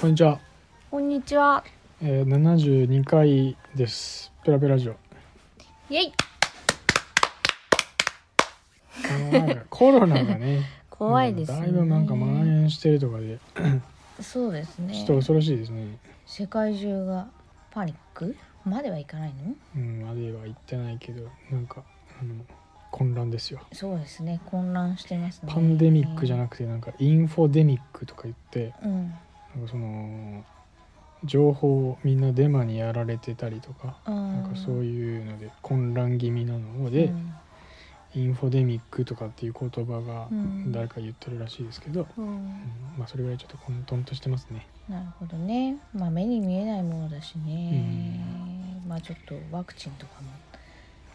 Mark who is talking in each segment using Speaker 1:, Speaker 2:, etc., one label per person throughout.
Speaker 1: こんにちは、
Speaker 2: こんにちは。
Speaker 1: えー、72回ですペラペラジオ
Speaker 2: イェイ
Speaker 1: あのなんかコロナがね
Speaker 2: 怖いです
Speaker 1: うん
Speaker 2: ね。
Speaker 1: だいぶなんか蔓延してるとかで
Speaker 2: そうですね
Speaker 1: ちょっ。と恐ろしいですね
Speaker 2: 世界中がパニックまではいかないの
Speaker 1: うんあれは言ってないけどなんかあの混乱ですよ
Speaker 2: そうですね。混乱してますね。
Speaker 1: パンデミックじゃ
Speaker 2: く
Speaker 1: なくてなんかインフォデミックとか言って
Speaker 2: うん。
Speaker 1: なんかその情報をみんなデマにやられてたりとか
Speaker 2: な
Speaker 1: なんかそういうので混乱気味なので、
Speaker 2: うん
Speaker 1: インフォデミックとかっていう言葉が
Speaker 2: うん
Speaker 1: 誰か言ってるらしいですけど、
Speaker 2: う
Speaker 1: うん
Speaker 2: ん
Speaker 1: まあそれぐらいちょっと混沌としてますね
Speaker 2: なるほどね。まあ目に見えないものだしね。まあちょっとワクチンとかも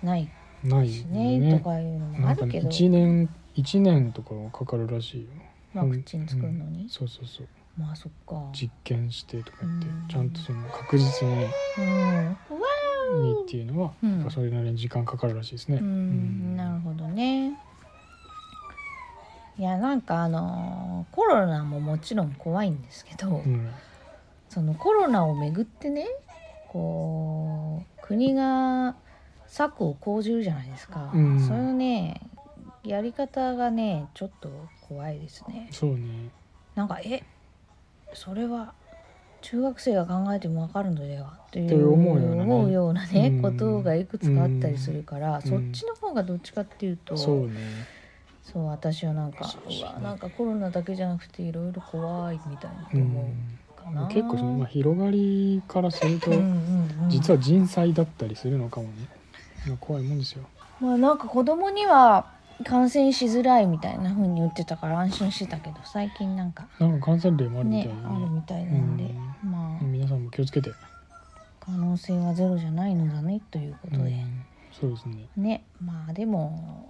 Speaker 2: ない
Speaker 1: ない
Speaker 2: し
Speaker 1: よ
Speaker 2: ねとかいうのも
Speaker 1: な
Speaker 2: あ
Speaker 1: んか
Speaker 2: るけど、
Speaker 1: 1年1年とかはかかるらしいよ
Speaker 2: ワクチン作るのに。
Speaker 1: そうそうそう
Speaker 2: まあそっか。
Speaker 1: 実験してとか言って、
Speaker 2: うん
Speaker 1: ちゃんとその確実にに
Speaker 2: うん。 わー
Speaker 1: っていうのは、
Speaker 2: うん
Speaker 1: やっぱそれなりに時間かかるらしいですね、
Speaker 2: う
Speaker 1: うん
Speaker 2: んなるほどねいやなんかあのーコロナももちろん怖いんですけど、
Speaker 1: うん
Speaker 2: そのコロナをめぐってねこう国が策を講じるじゃないですか、
Speaker 1: うん
Speaker 2: それのねやり方がねちょっと怖いですね
Speaker 1: そうね
Speaker 2: なんかえそれは中学生が考えても分かるのではとい
Speaker 1: という
Speaker 2: う
Speaker 1: 思うようなね
Speaker 2: 思うようなね
Speaker 1: うん
Speaker 2: ことがいくつかあったりするから、
Speaker 1: ん
Speaker 2: そっちの方がどっちかっていうと、
Speaker 1: そうね
Speaker 2: そう私はなんか
Speaker 1: そうそう
Speaker 2: う
Speaker 1: そう
Speaker 2: わなんかコロナだけじゃなくていろいろ怖いみたいな
Speaker 1: う
Speaker 2: 思
Speaker 1: ん
Speaker 2: うかな、
Speaker 1: 結構その、まあ、広がりからすると、
Speaker 2: うんうんうん、
Speaker 1: 実は人災だったりするのかもねまあ怖いもんですよ
Speaker 2: まあなんか子供には感染しづらいみたいな風に言ってたから安心してたけど最近なんか
Speaker 1: なんか感染例もあるみたい
Speaker 2: ね
Speaker 1: でね
Speaker 2: あるみたいなんで、まあ
Speaker 1: 皆さんも気をつけて
Speaker 2: 可能性はゼロじゃないのだねということで。
Speaker 1: うんそうですね
Speaker 2: ねまあでも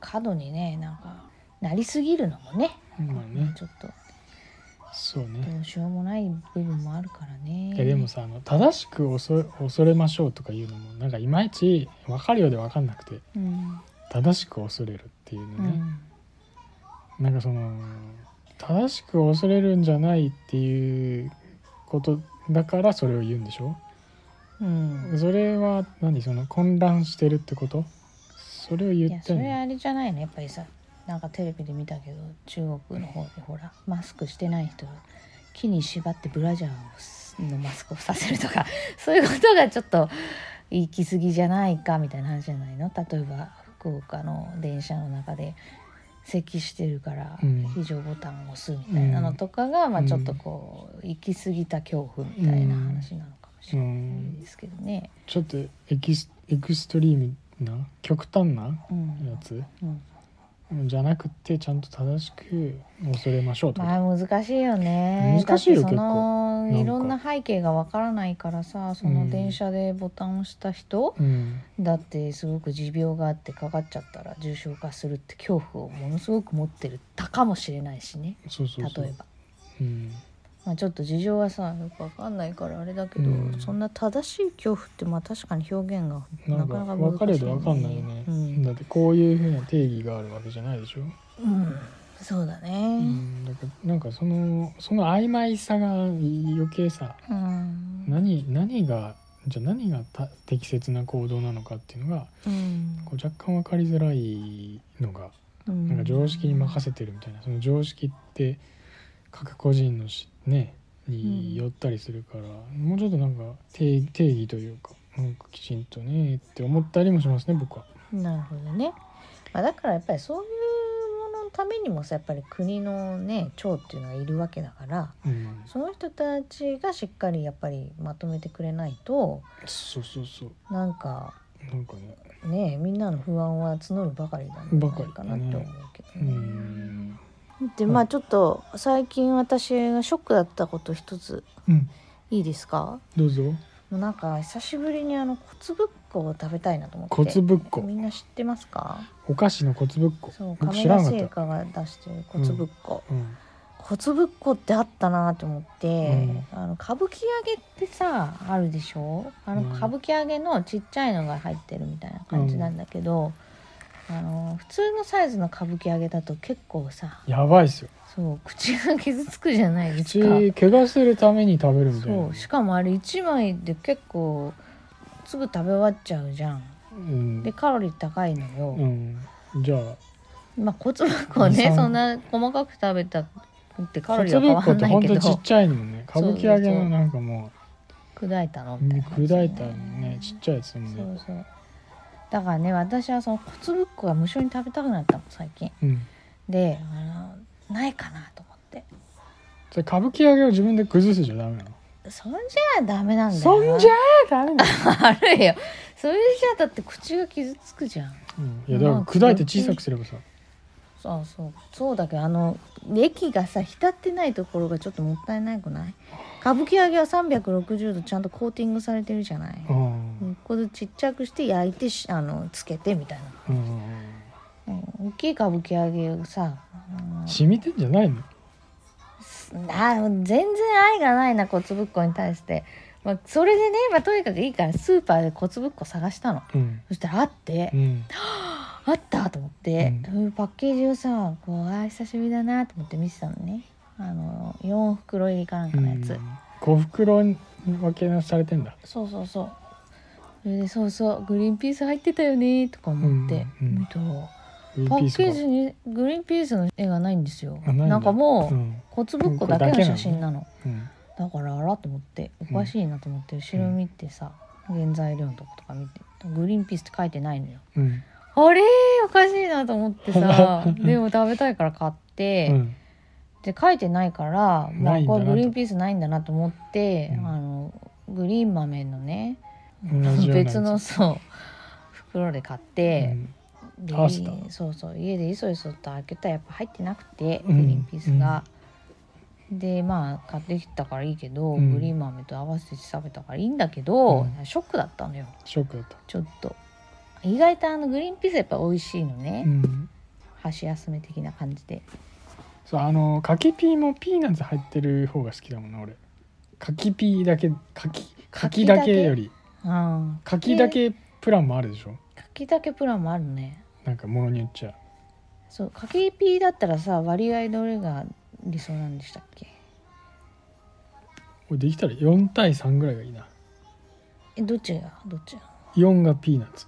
Speaker 2: 過度にねなんかなりすぎるのもね,、
Speaker 1: まあね
Speaker 2: ちょっと
Speaker 1: そうね
Speaker 2: どうしようもない部分もあるからね
Speaker 1: いやでもさあの正しく恐れ恐れましょうとかいうのもなんかいまいち分かるようで分かんなくて
Speaker 2: うん、
Speaker 1: 正しく恐れるっていうの
Speaker 2: う
Speaker 1: ね、
Speaker 2: ん、
Speaker 1: なんかその正しく恐れるんじゃないっていうことだからそれを言うんでしょ
Speaker 2: うん、
Speaker 1: それは何その混乱してるってことそれを
Speaker 2: い
Speaker 1: 言
Speaker 2: や
Speaker 1: って
Speaker 2: そ
Speaker 1: ん
Speaker 2: れ
Speaker 1: の
Speaker 2: あれじゃないのやっぱりさなんかテレビで見たけど中国の方でほらマスクしてない人木に縛ってブラジャーのマスクをさせるとか そういうことがちょっと行き過ぎじゃないかみたいな話じゃないの例えば福岡の電車の中で咳してるから
Speaker 1: うん
Speaker 2: 非常ボタンを押すみたいなのとかが、まあ
Speaker 1: うん
Speaker 2: ちょっとこう行き過ぎた恐怖みたいな話なのかもしれないですけどね。
Speaker 1: ちょっとエキスエクストリームな極端な
Speaker 2: うん
Speaker 1: やつ
Speaker 2: うん
Speaker 1: じゃなくてちゃんと正しく恐れましょうってこと
Speaker 2: まあ難しいよね
Speaker 1: 難しいよ
Speaker 2: だって
Speaker 1: 結構
Speaker 2: その
Speaker 1: なんか
Speaker 2: いろんな背景がわからないからさそ
Speaker 1: うん
Speaker 2: の電車でボタンを押した人、
Speaker 1: うん
Speaker 2: だってすごく持病があってかかっちゃったら重症化するって恐怖をものすごく持ってるたかもしれないしね
Speaker 1: そうそ
Speaker 2: 例え
Speaker 1: う
Speaker 2: ば
Speaker 1: そううん
Speaker 2: まあ、ちょっと事情はさよくわかんないからあれだけど、
Speaker 1: うん
Speaker 2: そんな正しい恐怖ってまあ確かに表現が
Speaker 1: な
Speaker 2: なん
Speaker 1: か
Speaker 2: かなか難しい、ね、
Speaker 1: 分かるようで分かんないよね、
Speaker 2: うん
Speaker 1: だってこういうふうな定義があるわけじゃないでしょ、
Speaker 2: うんそうだ
Speaker 1: う
Speaker 2: ね
Speaker 1: ん、だからなんかそのその曖昧さが余計さ
Speaker 2: うん、
Speaker 1: 何何がじゃあ何がた適切な行動なのかっていうのが
Speaker 2: うん
Speaker 1: こう若干分かりづらいのが
Speaker 2: うん
Speaker 1: なんか常識に任せてるみたいなその常識って各個人のしねによったりするから、もうちょっとなんか定定義というかなんかきちんとねって思ったりもしますね僕は。
Speaker 2: なるほどね、まあ、だからやっぱりそういうもののためにもさやっぱり国のね長っていうのがいるわけだから
Speaker 1: うん、
Speaker 2: その人たちがしっかりやっぱりまとめてくれないと
Speaker 1: そうそうそう
Speaker 2: なんか
Speaker 1: なんかね
Speaker 2: ねみんなの不安は募るばかりなんじゃないかなって思うけ
Speaker 1: う
Speaker 2: どね。
Speaker 1: ん、
Speaker 2: でまあちょっと最近私がショックだったこと一つ
Speaker 1: うん、
Speaker 2: いいですか
Speaker 1: どうぞ
Speaker 2: もうなんか久しぶりにあのコツブッコを食べたいなと思って
Speaker 1: 骨ぶっこ
Speaker 2: みんな知ってますか
Speaker 1: お菓子の骨ぶっこ
Speaker 2: そう
Speaker 1: 僕
Speaker 2: 亀
Speaker 1: 知ら
Speaker 2: 田
Speaker 1: んか
Speaker 2: 製
Speaker 1: っ
Speaker 2: 菓が出してる骨ぶっこ、
Speaker 1: た、うん、
Speaker 2: 骨ぶっこってあったなと思って、
Speaker 1: うん
Speaker 2: あの歌舞伎揚げってさあるでしょあの
Speaker 1: うん
Speaker 2: 歌舞伎揚げのちっちゃいのが入ってるみたいな感じなんだけど、あの普通のサイズの歌舞伎揚げだと結構さ
Speaker 1: やばいっすよ
Speaker 2: そう口が傷つくじゃないです
Speaker 1: 口
Speaker 2: か
Speaker 1: 怪我するために食べるみたいな
Speaker 2: そうしかもあれ1枚で結構すぐ食べ終わっちゃうじゃん
Speaker 1: うん
Speaker 2: でカロリー高いのよ、
Speaker 1: うん、じゃあ
Speaker 2: まあ骨膜をね
Speaker 1: 23
Speaker 2: そんな細かく食べたってカロリーは
Speaker 1: 骨
Speaker 2: 変わ
Speaker 1: っこっ
Speaker 2: ら
Speaker 1: て
Speaker 2: な
Speaker 1: ほ
Speaker 2: い
Speaker 1: ん
Speaker 2: けど
Speaker 1: とちっちゃいのもん ね歌舞伎揚げ
Speaker 2: そうそ
Speaker 1: の
Speaker 2: う
Speaker 1: なんかも
Speaker 2: 砕いたの
Speaker 1: う
Speaker 2: みたいな感じで
Speaker 1: 砕いたのねちっちゃいやつもん
Speaker 2: そ
Speaker 1: ね
Speaker 2: うそうだからね私はその骨ぶっこが無性に食べたくなったの最近
Speaker 1: うん
Speaker 2: であのないかなと思って
Speaker 1: それ歌舞伎揚げを自分で崩すじゃダメなの
Speaker 2: そんじゃダメなんだよ
Speaker 1: そんじゃダメだ、
Speaker 2: あるよそれじゃだって口が傷つくじゃん
Speaker 1: うん、いやだから砕いて小さくすればさ
Speaker 2: そうそうそうだけどあの液がさ浸ってないところがちょっともったいないくない歌舞伎揚げは360度ちゃんとコーティングされてるじゃない、
Speaker 1: うん
Speaker 2: ここでちっちゃくして焼いてしあのつけてみたい
Speaker 1: うん
Speaker 2: な、うん、大きい歌舞伎揚げをさ、うん
Speaker 1: 染みてんじゃないの
Speaker 2: あ全然愛がないな骨ぶっこに対して、まあ、それでね、まあ、とにかくいいからスーパーで骨ぶっこ探したの
Speaker 1: うん
Speaker 2: そしたらあって
Speaker 1: う、ん
Speaker 2: あったと思って、
Speaker 1: う
Speaker 2: うんパッケージをさこうあー久しぶりだなと思って見てたのねあの4袋入りかなんかのやつ、
Speaker 1: 小袋に分けなされてんだ
Speaker 2: そうそうそうそれでそうそうグリーンピース入ってたよねとか思って、
Speaker 1: うんうん
Speaker 2: 見た
Speaker 1: グリ
Speaker 2: パ
Speaker 1: ーンピー
Speaker 2: ッ
Speaker 1: スが
Speaker 2: ケージにグリーンピースの絵がないんですよ
Speaker 1: あ
Speaker 2: なん
Speaker 1: いだ
Speaker 2: かも
Speaker 1: う
Speaker 2: う、
Speaker 1: ん
Speaker 2: 骨ぶっこだけの写真なの
Speaker 1: うん
Speaker 2: だからあらと思っておかしいなと思って後ろ見てさ、原材料のとことか見てグリーンピースって書いてないのよ
Speaker 1: うん
Speaker 2: あれーおかしいなと思ってさ でも食べたいから買って、
Speaker 1: うん
Speaker 2: で書いてないから
Speaker 1: な
Speaker 2: まあ
Speaker 1: いんだなと
Speaker 2: これグリーンピースないんだなと思って、
Speaker 1: うん
Speaker 2: あのグリーン豆のね
Speaker 1: 同じようなやつ
Speaker 2: 別のそう袋で買って、で
Speaker 1: 合わせた
Speaker 2: そうそう家でいそいそと開けたらやっぱ入ってなくて、
Speaker 1: うん
Speaker 2: グリーンピースが。でまあ買ってきたからいいけど、
Speaker 1: うん
Speaker 2: グリーン豆と合わせて食べたからいいんだけど、
Speaker 1: うん
Speaker 2: ショックだったのよ
Speaker 1: ショックだった
Speaker 2: ちょっと意外とあのグリーンピースやっぱ美味しいのね、
Speaker 1: うん
Speaker 2: 箸休め的な感じで
Speaker 1: そうあの柿ピーもピーナッツ入ってる方が好きだもんな俺柿ピーだけ柿柿だけより
Speaker 2: ああ
Speaker 1: 柿だけプランもあるでしょ
Speaker 2: 柿だけプランもあるね
Speaker 1: なんかものによっちゃ
Speaker 2: そう柿ピーだったらさ割合どれが理想なんでしたっけ
Speaker 1: これできたら4対3ぐらいがいいな
Speaker 2: えどっちがどっちが
Speaker 1: 4がピーナッ ツ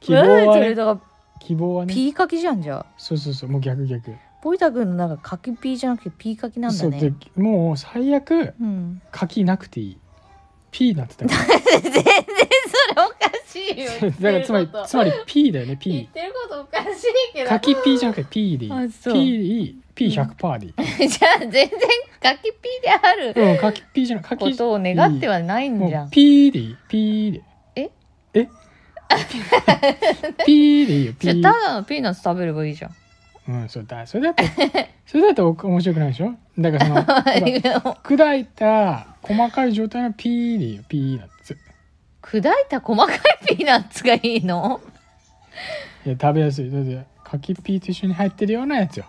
Speaker 1: 希望
Speaker 2: 何
Speaker 1: は
Speaker 2: それ
Speaker 1: ね
Speaker 2: だか
Speaker 1: 希望は
Speaker 2: ら
Speaker 1: ね
Speaker 2: ピー柿じゃんじゃあ
Speaker 1: そうそうそうもう逆逆
Speaker 2: ポイタ君のなんか柿ピーじゃなくてピー柿なんだ
Speaker 1: そうで
Speaker 2: ね
Speaker 1: もう最悪
Speaker 2: うん
Speaker 1: 柿なくていいピーナッツだから
Speaker 2: 全然それおかしいよ
Speaker 1: だからつまりつまりピーだよねピー
Speaker 2: 言ってることおかしいけど じゃ
Speaker 1: 柿ピーじゃなくてピーでいいピ
Speaker 2: あそう
Speaker 1: ーピー100%でいい
Speaker 2: あ全然柿ピーである
Speaker 1: うん、かきピーじゃない、か
Speaker 2: こ
Speaker 1: き。
Speaker 2: とを願って
Speaker 1: は
Speaker 2: はないんじゃん
Speaker 1: ピーでいい、ピーで。
Speaker 2: え、
Speaker 1: え。ピーでいいよ、ピ
Speaker 2: じゃあた
Speaker 1: ー。
Speaker 2: だのピーナッツ食べればいいじゃん
Speaker 1: うん、そうだ、それ だと、それだと面白くないでしょだから、その、やっぱ砕いた細かい状態のピーでいいよ、ピーナッツ。
Speaker 2: 砕いた細かいピーナッツがいいの
Speaker 1: いや、食べやすい、だって、かきピーと一緒に入ってるようなやつよ。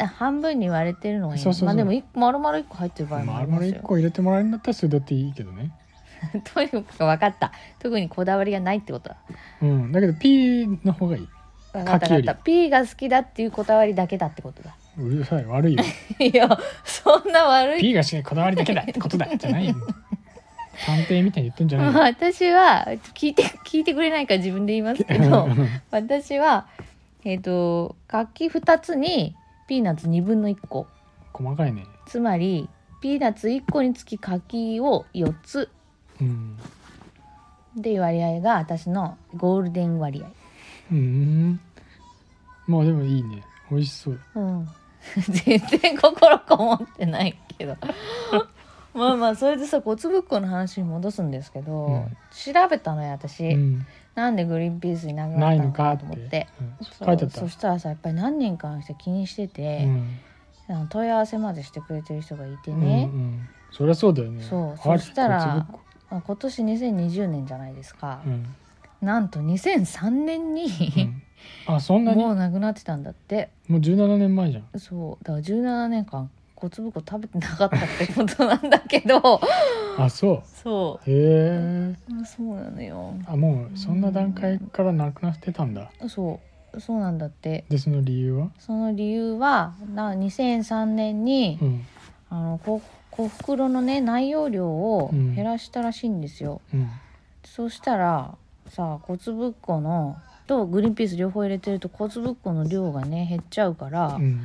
Speaker 2: あ半分に割れてるのがいい
Speaker 1: そう
Speaker 2: の
Speaker 1: そうそう
Speaker 2: まあでもい丸々一個入ってる場合も
Speaker 1: ま
Speaker 2: あ
Speaker 1: る
Speaker 2: り
Speaker 1: ま
Speaker 2: ま
Speaker 1: る
Speaker 2: す
Speaker 1: 一
Speaker 2: よ
Speaker 1: 個入れてもらえるんだったら、それだっていいけどね。
Speaker 2: とにかく分かった特にこだわりがないってことだ
Speaker 1: うん、だけど、ピーの方がいい。
Speaker 2: 分かった
Speaker 1: 牡蠣よ
Speaker 2: 分
Speaker 1: り
Speaker 2: かったピーが好きだっていうこだわりだけだってことだ
Speaker 1: うるさい、悪い よ。
Speaker 2: いやそんな悪い
Speaker 1: ピーがしないこだわりだけだってことだ、じゃないよ。探偵みたいに言ってんじゃないよ。
Speaker 2: 私は聞いて聞いてくれないから自分 で言いますけど私はえっ、と柿2つにピーナッツ2分の1個
Speaker 1: 細かいね。
Speaker 2: つまりピーナッツ1個につき柿を4つ
Speaker 1: うん。
Speaker 2: っていう割合が私のゴールデン割合
Speaker 1: うん。まあでもいいね。美味しそう。
Speaker 2: うん、 全然心こもってないけど まあまあそれでさ骨ぶっこの話に戻すんですけど、
Speaker 1: うん
Speaker 2: 調べたのよ私、
Speaker 1: うん。
Speaker 2: なんでグリーンピースになくな
Speaker 1: な
Speaker 2: っ
Speaker 1: い
Speaker 2: た
Speaker 1: の
Speaker 2: の
Speaker 1: か
Speaker 2: か
Speaker 1: って。
Speaker 2: と思って。
Speaker 1: うん
Speaker 2: そう
Speaker 1: 書いてあった
Speaker 2: そ。したらさやっぱり何人かの人気にして
Speaker 1: う
Speaker 2: て、
Speaker 1: ん
Speaker 2: あの問い合わせまでしてくれてる人がいて
Speaker 1: う
Speaker 2: ね、
Speaker 1: ん。そりゃそうだよね。
Speaker 2: そう
Speaker 1: ある
Speaker 2: そしたら
Speaker 1: こっちぶっこ
Speaker 2: まあ今年2020年じゃないですか、
Speaker 1: うん。
Speaker 2: なんと2003年
Speaker 1: う
Speaker 2: に、
Speaker 1: んあそんなに
Speaker 2: も
Speaker 1: も
Speaker 2: うなくなってたんだって
Speaker 1: う17年前じゃん。
Speaker 2: そうだから17年間小粒粉食べてなかったってことなんだけ ど
Speaker 1: あそ
Speaker 2: そう
Speaker 1: へえ
Speaker 2: うそうなのよ
Speaker 1: あもうそんな段階からなくなってたんだ
Speaker 2: そうそうなんだって
Speaker 1: でその理由は
Speaker 2: その理由はな2003年に、
Speaker 1: うん
Speaker 2: あのこ小袋のね内容量を
Speaker 1: うん
Speaker 2: 減らしたらしいんですよ、
Speaker 1: うん
Speaker 2: そうしたらさ小粒っ子のとグリーンピース両方入れてると小粒っ子の量がね減っちゃうから、
Speaker 1: うん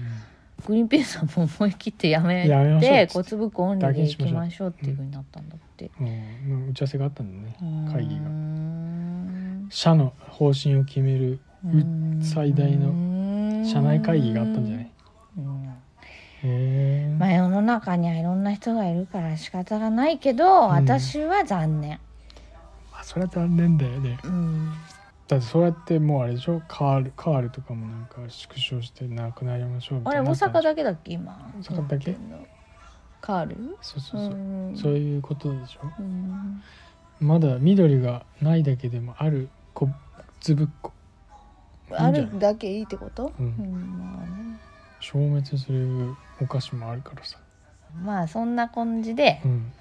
Speaker 2: グリーンピースはもう思い切ってやめ
Speaker 1: やめましょうっつ
Speaker 2: て
Speaker 1: って
Speaker 2: 小粒っ子オンリーでいきましょうっていうふうになったんだって、
Speaker 1: うん打ち合わせがあったんだね会議
Speaker 2: うー
Speaker 1: が
Speaker 2: ん
Speaker 1: 社の方針を決める最大
Speaker 2: の
Speaker 1: 社内会議があったんじゃないへ
Speaker 2: うん
Speaker 1: え
Speaker 2: まあ世の中にはいろんな人がいるから仕方がないけど、
Speaker 1: ん
Speaker 2: 私は残念、
Speaker 1: まあそれは残念だよね
Speaker 2: うん、
Speaker 1: だってそうやってもうあれでしょカールカールとかもなんか縮小してなくなりましょうみた
Speaker 2: あ
Speaker 1: い
Speaker 2: れ
Speaker 1: な
Speaker 2: 大阪だけだっけ今
Speaker 1: 大阪だけ
Speaker 2: カール
Speaker 1: そうそうそうう、
Speaker 2: ん
Speaker 1: そういうことでしょ
Speaker 2: うん
Speaker 1: まだ緑がないだけでもある小粒っ子
Speaker 2: あるだけいいってこと、
Speaker 1: うん
Speaker 2: んまあね
Speaker 1: 消滅するお菓子もあるからさ、
Speaker 2: まあそんな感じで
Speaker 1: うん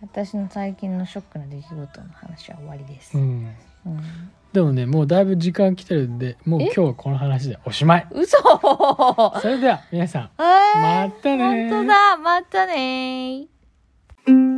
Speaker 2: 私の最近のショックな出来事の話は終わりです、
Speaker 1: う
Speaker 2: うん
Speaker 1: ん、でもねもうだいぶ時間来てるんでもう今日はこの話でおしまい
Speaker 2: 嘘 あ
Speaker 1: それでは皆さん
Speaker 2: ー
Speaker 1: またね
Speaker 2: 本当だまたねー